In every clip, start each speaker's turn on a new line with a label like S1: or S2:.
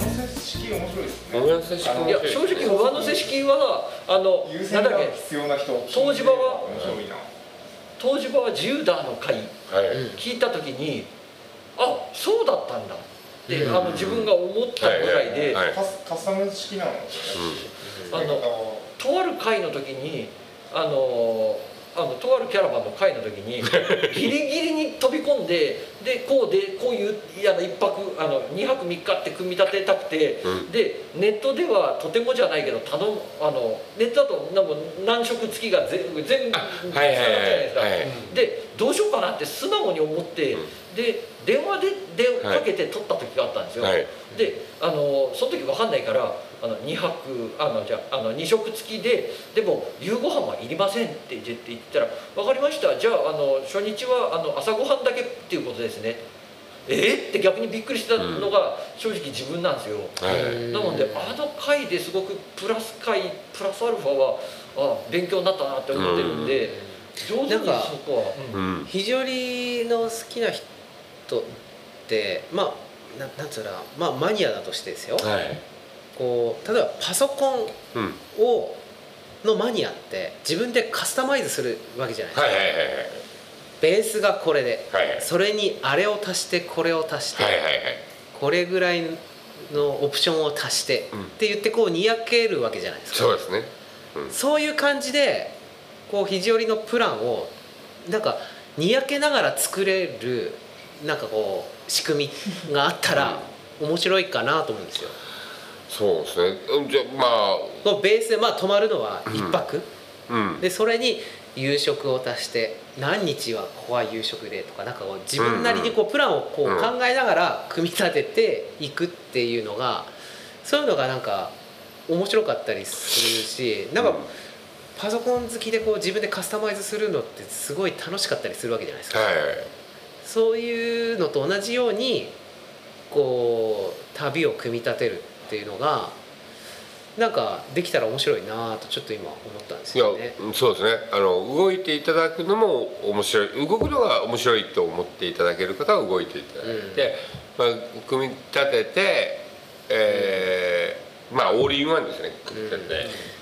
S1: 式面白いですね
S2: 上乗せ式
S1: あの
S2: 面
S3: いや正直上乗せ式はあの
S1: 優
S3: な
S1: 先
S3: んだっ
S1: が
S3: け
S1: 必要な人
S3: 東芝は
S1: 面白いな
S3: 東芝は自由だの会
S2: はい、
S3: 聞いた時にあそうだったんだって、
S2: うん
S3: あの自分が思ったぐらいで、
S2: はい
S1: カスカスタム式なの
S3: あの
S1: の
S3: とある会の時にあのあのとあるキャラバンの会の時 にギリギリに飛び込んででこうでこういういや1泊あの2泊3日って組み立てたくて、
S2: うん
S3: でネットではとてもじゃないけど頼むあのネットだとなんか何色付きが全部全部
S2: あはいはいはいはい
S3: でどうしようかなって素直に思って、
S2: うん
S3: で電話でで
S2: はい
S3: かけて取った時があったんですよ、
S2: はい
S3: であのその時分かんないからあの2泊あのじゃああの2食付きででも夕ご飯はいりませんって言って言ったら「分かりましたじゃああの初日はあの朝ごはんだけっていうことですね」えっって逆にびっくりしたのが正直自分なんですよ、
S2: はい
S3: なのであの回ですごくプラス回プラスアルファはあ勉強になったなって思ってるんで、上手にそこは、うん
S2: うん
S4: 非常にの好きな人ってまあななんつうのかな、まあ、マニアだとしてですよ、
S2: はい
S4: こう例えばパソコン
S2: うん
S4: をのマニアって自分でカスタマイズするわけじゃないです
S2: は
S4: か、
S2: いはいはい
S4: ベースがこれで
S2: はいはい
S4: それにあれを足してこれを足して、
S2: はいはいはい
S4: これぐらいのオプションを足して、
S2: うん
S4: って言ってこうにやけるわけじゃないですか
S2: そうですね
S4: そういう感じでこう肘折のプランをなんかにやけながら作れるなんかこう仕組みがあったら面白いかなと思うんですよ。
S2: そうですねうんじゃあまあ
S4: こうベースでまあ泊まるのは1泊、
S2: うん
S4: でそれに夕食を足して何日はここは夕食でとかなんかこう自分なりにこうプランをこう
S2: うん
S4: 考えながら組み立てていくっていうのがそういうのがなんか面白かったりするしなんか
S2: うん
S4: パソコン好きでこう自分でカスタマイズするのってすごい楽しかったりするわけじゃないですか。
S2: はい
S4: そういうのと同じようにこう旅を組み立てるっていうのがなんかできたら面白いなぁとちょっと今思ったんです
S2: いや
S4: よね。
S2: うんそうですねあの動いていただくのも面白い動くのが面白いと思っていただける方は動いていただいて、まあ、組み立てて、えーまあオールインワンですね組み立てて、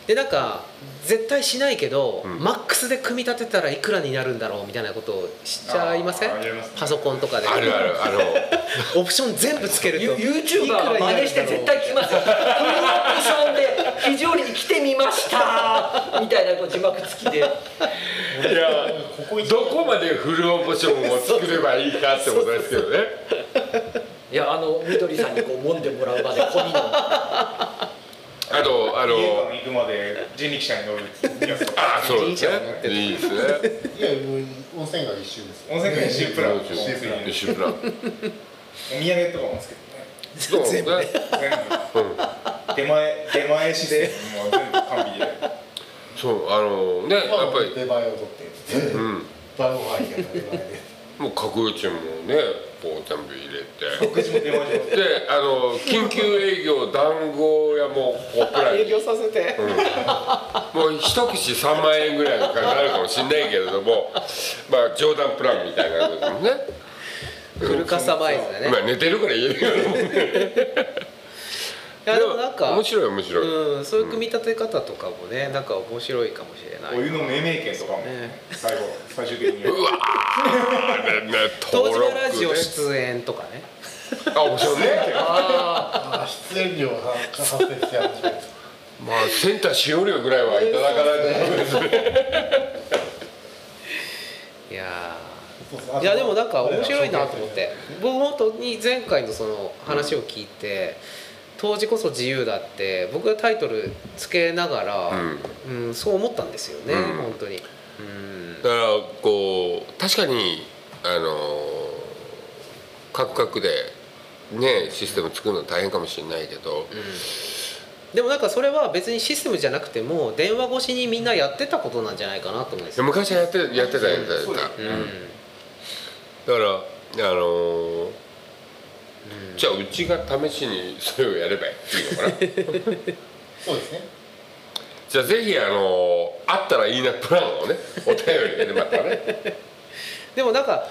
S4: でなんか絶対しないけど、
S2: うん
S4: マックスで組み立てたらいくらになるんだろうみたいなことをしちゃいません
S1: あーありますね
S4: パソコンとかで
S2: あるあるあの
S4: オプション全部つけると
S3: ユ YouTuber は真似して絶対聞きますよこのオプションで非常に来てみましたみたいなこう字幕付きで
S2: いやどこまでフルオプションを作ればいいかってことですけどね
S3: いやあのみどりさんにこう揉んでもらうまで込みの
S2: あとあの
S1: 家から行くまで人力車に乗るってやつ
S2: あーそうですね
S4: 人
S2: いいですね
S5: いや、もう温泉街一周ですよ。
S1: 温泉街一周プランシンプルに
S2: 一緒プラン
S1: お土産とかもですけ
S2: そうね
S4: 全部
S1: どね
S2: うん
S1: 全部出前出前しでもう全部完備で
S2: そうあのねや
S5: まあ
S2: っぱり
S5: 出前を取って、
S2: うん
S5: 晩ご飯以外の出前で。
S2: もう角打ちもねこう全部入れて
S1: 僕ちも出前します
S2: であの緊急営業団子屋もこうプラン
S4: 業させて、
S2: もう一口3万円ぐらいのかかるかもしれないけれどもまあ冗談プランみたいなのですね
S4: フルカスタマイズでね
S2: 今寝てるから言えるけどい
S4: いやでもなんか
S2: 面白い面白い、
S4: うん、そういう組み立て方とかもね、なんか面白いかもしれな
S1: お
S4: い
S1: 湯の命名権とかも
S4: ね
S1: 最後最終的に
S2: うわーねね
S4: 東
S2: 登
S4: 芝
S2: 録
S4: ラジオ
S2: ね
S4: 出演とかね
S2: あ面白いね
S3: あ
S5: あ出演料が発生して始める。
S2: まあセンター使用料ぐらいはいただかないとダメですね
S4: いや
S5: そうそう
S4: ーいやでもなんか面白いなと思って。僕本当に前回のその話を聞いて「当時こそ自由だ」って僕がタイトルつけながら、うんそう思ったんですよね、
S2: うん
S4: 本当に、うん、
S2: だからこう確かにあのカクカクでねシステム作るの大変かもしれないけど、
S4: でもなんかそれは別にシステムじゃなくても電話越しにみんなやってたことなんじゃないかなと思うんですよ、
S2: 昔はやってやってたやってたやってただ
S4: う
S2: か
S4: ん
S2: らあのーじゃあうちが試しにそれをやればいいのかな
S5: そうですね。
S2: じゃあぜひあのーあったらいいなプランをねお便りでねまたね
S4: でもなんか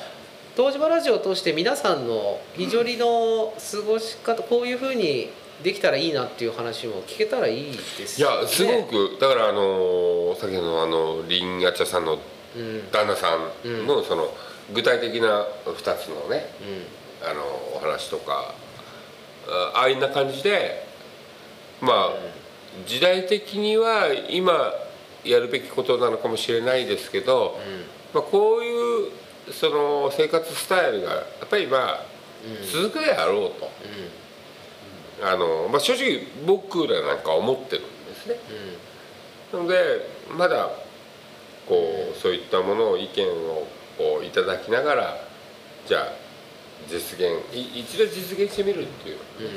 S4: 東芝ラジオを通して皆さんの非常にの過ごし方こういうふうにできたらいいなっていう話も聞けたらいいです
S2: いやすご
S4: ね
S2: くだからあのさっきのあのリンガチャさんの
S4: うんうん
S2: 旦那さんのその具体的な2つのねあのお話とかあああいな感じでまあ時代的には今やるべきことなのかもしれないですけど、まあ、こういうその生活スタイルがやっぱりまあ続くであろうと、あのまあ、正直僕らなんか思ってるんですね。なのでまだこうそういったものを意見をこういただきながらじゃあ実現い一度実現してみるっていう
S4: うんうん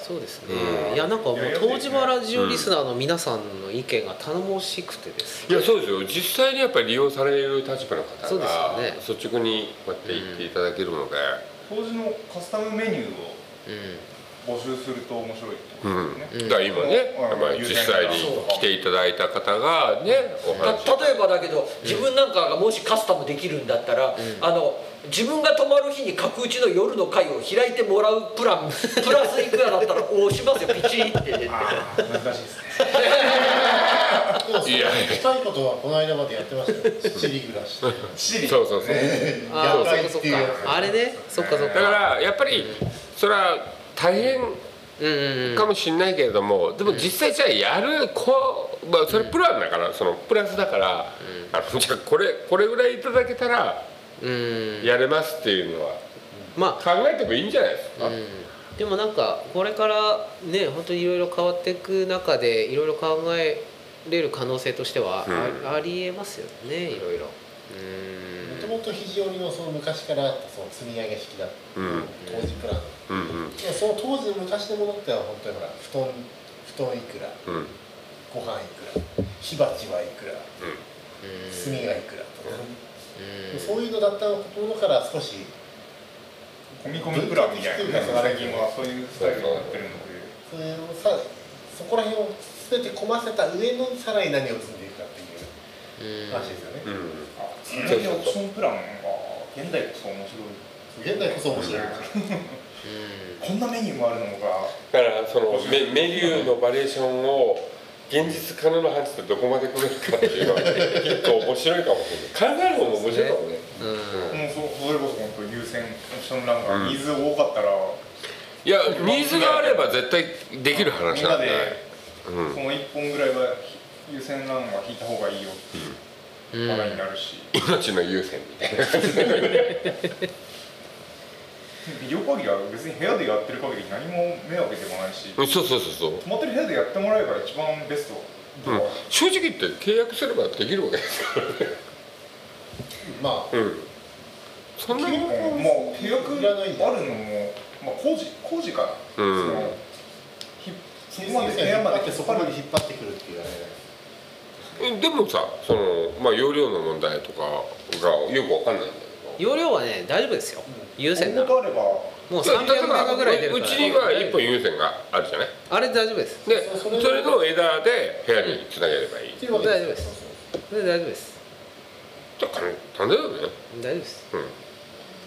S4: そうですね、
S2: うん
S4: いやなんかもう
S1: いやいや
S4: 東芝ラジオリスナーの皆さんの意見が頼もしくてです、
S2: いやそうですよ実際にやっぱり利用される立場の
S4: そ
S2: 方
S4: うです
S2: が
S4: よね
S2: 率直にこうやって言っていただけるので、
S1: 当時のカスタムメニューを
S4: うん
S1: 募集すると面白いってこと
S2: うん
S1: ですね、
S4: うん
S2: だから今ね、
S1: うん
S2: まあ、実際に来ていただいた方がねお
S3: た
S2: 話
S3: 例えばだけど自分なんかがもしカスタムできるんだったら、あの自分が泊まる日に角打ちの夜の会を開いてもらうプランプラスいくらだったら押しますよピチリってね
S1: ああ難しいですね
S5: そう
S2: いや
S5: したいことはこの間までやってましたよ。七里暮らし。
S1: シリ
S2: そうそうそう
S4: あ
S5: 野
S4: あそっ
S5: 外
S4: かそ
S5: っ
S4: って
S5: いうやつ
S4: かあれねそっかそっ
S2: だか
S4: から
S2: やっぱりそれは大変
S4: うんうんうん
S2: かもしれないけれども、でも実際じゃあやるこう、まあ、それプランだから、そのプラスだから、あのじゃあこれこれぐらいいただけたら
S4: うん
S2: やれますっていうのは
S4: ま
S2: 考えてもいいんじゃないです
S4: あ、
S2: か、
S4: うん、でもなんかこれからね本当にいろいろ変わっていく中でいろいろ考えれる可能性としては
S2: うん
S4: あ,、りえますよねいろいろ
S5: もともと肘折りのその昔からあったその積み上げ式だった、
S2: うん
S5: 当時プラン
S2: うん、うん
S5: でその当時の昔のものってのは本当にほら布団布団いくら
S2: うんうん
S5: ご飯いくら火鉢はいくら炭がいくらとか、そういうのだったものから少し
S1: 込み込みプランみたいなね
S5: うん
S1: 最近はそういうスタイルになってるので
S5: それをさそこら辺を全て込ませた上のさらに何を積んでいくかっていう話ですよね、
S2: うん
S1: あそんなにオプションプランが現代こそ面白い
S5: 現代こそ面白いよね
S1: こんなメニューもあるのか
S2: だからそのメメニューのバリエーションを現実可能な話ってどこまで来れるかって いうのは結構面白いかもしれない考える方も面白いかもね
S4: うんうん
S1: もうそそれこそ本当優先オプションランがニーズ多かったら、
S2: いやニーズがあれば絶対できる
S1: み
S2: 話
S1: んな
S2: なんで
S1: で
S2: うん
S1: この1本ぐらいは優先ランは引いた方がいいよっていう話になるし、
S2: 命の優先みたいな
S1: ビデオ会議は別に部屋でやってる限り何も迷惑でもないし、
S2: そうそうそうそう
S1: 泊まってる部屋でやってもらえば一番ベストと
S2: うん
S1: か、
S2: 正直言って契約すればできるわけですよ、
S5: まあ
S2: うん、そんな
S1: 結
S2: に
S1: 構もう契約あるのも、まあ、工事工事から、
S2: うん
S1: そのひそ
S5: 先
S1: こまで部
S5: 生
S1: 屋
S5: が
S1: ま
S5: だ
S1: で
S5: って
S1: 引
S5: そ
S1: っ
S5: こ
S1: 張
S5: ま
S1: る
S5: で引っ張ってくるっていうあれ
S2: えでもさその、まあ、容量の問題とかがよくわかんないんだけど
S4: 容量はね大丈夫ですよ優先な
S1: ここがあ
S4: も
S1: れば
S4: う
S2: いや
S4: 300メガぐらい出る
S2: う
S4: か
S2: う
S4: ら
S2: ちには1本優先があるじゃない
S4: あれ大丈夫です
S2: で
S5: そ
S2: そ
S5: それ
S2: れの枝で部屋につなげればいい
S5: っていうわけ
S4: 大丈夫です
S5: そうそう
S4: それで大丈夫です
S2: だから簡単だよね
S4: 大丈夫です
S2: うん
S4: い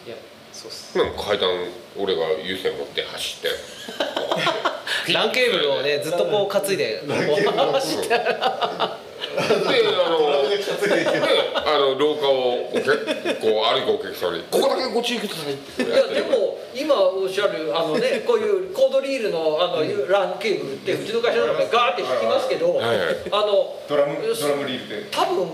S4: やそうっす
S2: なんか階段俺が優先持って走って
S4: ランケーブルをねずっとこう担いで
S2: 走ってであの
S5: で担いでいけば
S2: ねあの廊下をおけこう歩くお客さんに「ここだけご注意ください」って
S3: い
S2: や
S3: や
S2: って
S3: で
S2: る
S3: も今おっしゃるあ のねこういうコードリールのあの、ランケーブルってうちの会社なんかガーって引きますけど、
S2: はいはい
S3: あの
S1: ドラムドラムリールで
S3: 多分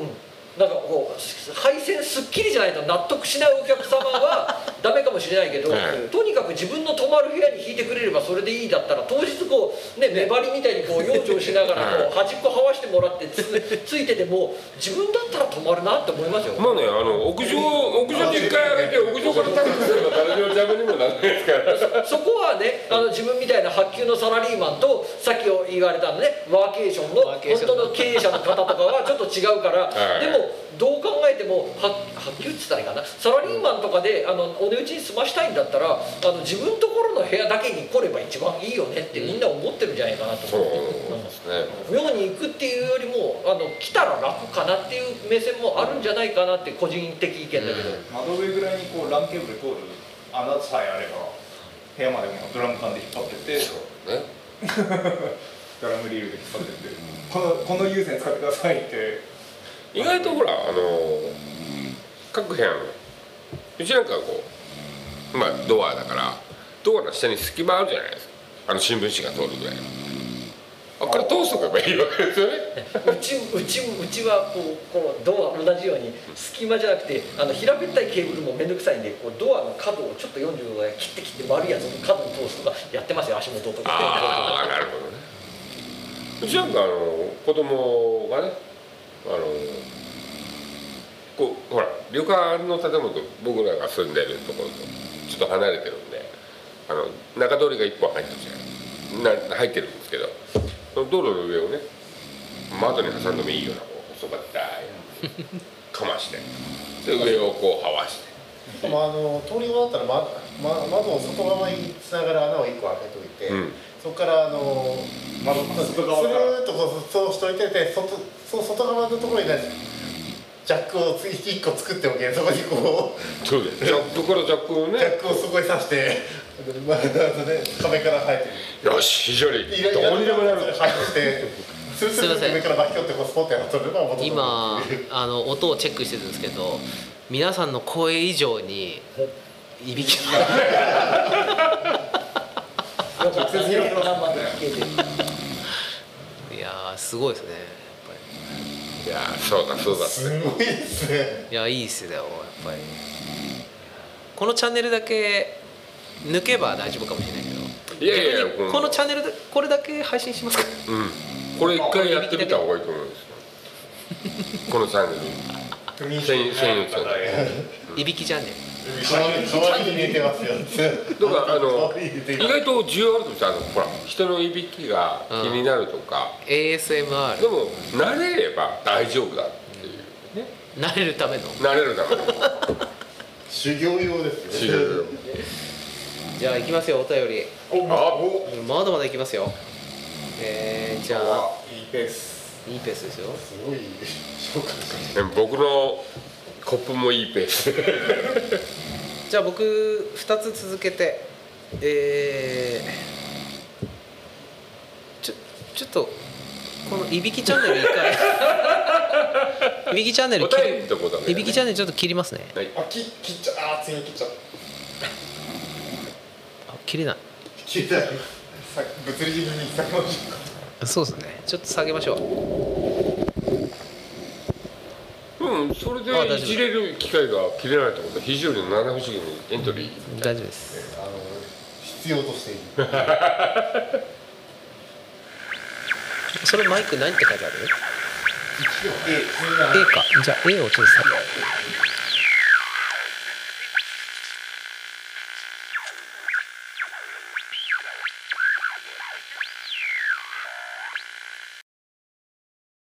S3: なんかこう配線すっきりじゃないと納得しないお客様 はダメかもしれないけど、
S2: ええ
S3: とにかく自分の泊まる部屋に引いてくれればそれでいいだったら当日こうね目張りみたいにこう養生しながらこ う端っこはわしてもらってつついてても自分だったら泊まるなって思いますよ。
S2: まあね、あの屋上屋上に一回上げて屋上からタックすれば誰の邪魔にもならないですから。
S3: そこはねあの自分みたいな発給のサラリーマンとさっき言われたのねワーケーションの
S4: ワーケーシ
S3: 本
S4: ョン
S3: 当の経営者の方とかはちょっと違う から、
S2: はい
S3: でもどう考えてもは発給って言ったらいいかなサラリーマンとかであのお値打ちに済ましたいんだったらあの自分のところの部屋だけに来れば一番いいよねってみんな思ってるんじゃないかなと
S2: そう
S3: 思う。
S2: ですね。
S3: 妙に行くっていうよりもあの来たら楽かなっていう目線もあるんじゃないかなって個人的意見だけど、
S1: 窓上ぐらいにこうランケーブル通る穴さえあれば部屋までもドラム缶で引っ張ってって
S2: そうね
S1: ドラムリールで引っ張ってってこのこの優先使ってくださいって
S2: 意外とほらあのー各部屋のうちなんかはこうまあドアだからドアの下に隙間あるじゃないですかあの新聞紙が通るぐらいのあこれ通しとけばいいわけですよね
S3: うちうちうちはこうこのドア同じように隙間じゃなくてあの平べったいケーブルも面倒くさいんでこうドアの角をちょっと45度で切って切って丸いやつを角に通すとかやってますよ足元とか
S2: ああなるほどねうちなんかあの子供がねあのこうほら旅館の建物と僕らが住んでるところとちょっと離れてるんであの中通りが一本入ってるじゃないな入ってるんですけどその道路の上をね窓に挟んでもいいようなこう細ばったいかましてで上をこうはわして
S5: でもあの通り物だったら、まま、窓を外側につながる穴を1個開けといて、
S2: うん
S5: そこからあの
S1: 窓
S5: ス
S1: の外
S5: ル
S1: 側から
S5: ーッとこうそうしといてて外その外側のところにねジャックを次1個作っておけそこにこう
S2: そうですジャックからジャックを
S5: ジャッ
S2: ね
S5: クをそこに刺して、まあ、あのね壁から入って
S2: よし非常に
S5: いろいろ
S2: どうにでもなる
S5: 配布してスルスルって上から巻き取ってこうスポッてやっとれば元々
S4: 今あの音をチェックしてるんですけど皆さんの声以上にいびきが
S3: よく直接拾って何番で聞けて
S4: いやーすごいですねやっ
S2: い
S4: ぱ
S2: やーそうだそうだ
S5: すごいですね
S4: りいやいいっすよやっぱりこのチャンネルだけ抜けば大丈夫かもしれないけど
S2: いやいやいや
S4: 逆にこのチャンネルだこれだけ配信しますか
S2: うん、これ一回やってみた方がいいと思うんですよこのチャンネル
S1: 民主
S2: 専専用チャンネ
S4: いびきチャンネル
S5: かわいいかわいい寝てますよ
S2: ルだからあの
S5: 可愛い出て
S2: 意
S5: る
S2: 外と需要あると思うんですよあのほら人のいびきが気になるとか、で
S4: ASMR
S2: も慣れれば大丈夫だっていうね
S4: 慣れるための
S2: 慣れるための
S5: 修行用です
S2: 資
S5: ね
S2: 料
S4: じゃあ行きますよお便り
S1: お
S2: あ
S4: まだまだ行きますよえー、じゃあ
S1: いいペース
S4: いいペースですよ
S5: すごい消化し
S2: 僕のコップもいいペース
S4: じゃあ僕2つ続けてえー、ちょちょっとこのいびきチャンネル一 回いびきチャンネル切
S2: 答え
S4: る
S2: ってことだね
S4: いびきチャンネルちょっと切りますね
S2: はい
S1: あき切っちゃあー次に切っちゃった
S4: あ切れない
S5: 聞いたい
S1: さ物理的に下げましょ
S4: そうですねちょっと下げましょう
S2: うんそれ
S4: あ大丈夫
S2: でいじれる機会が切れないってことは非常に七不思議にエントリー
S4: 大丈夫です
S5: あの必要としている
S4: それマイク何て書いてある
S5: え
S4: A かじゃあ A をちょっと下げ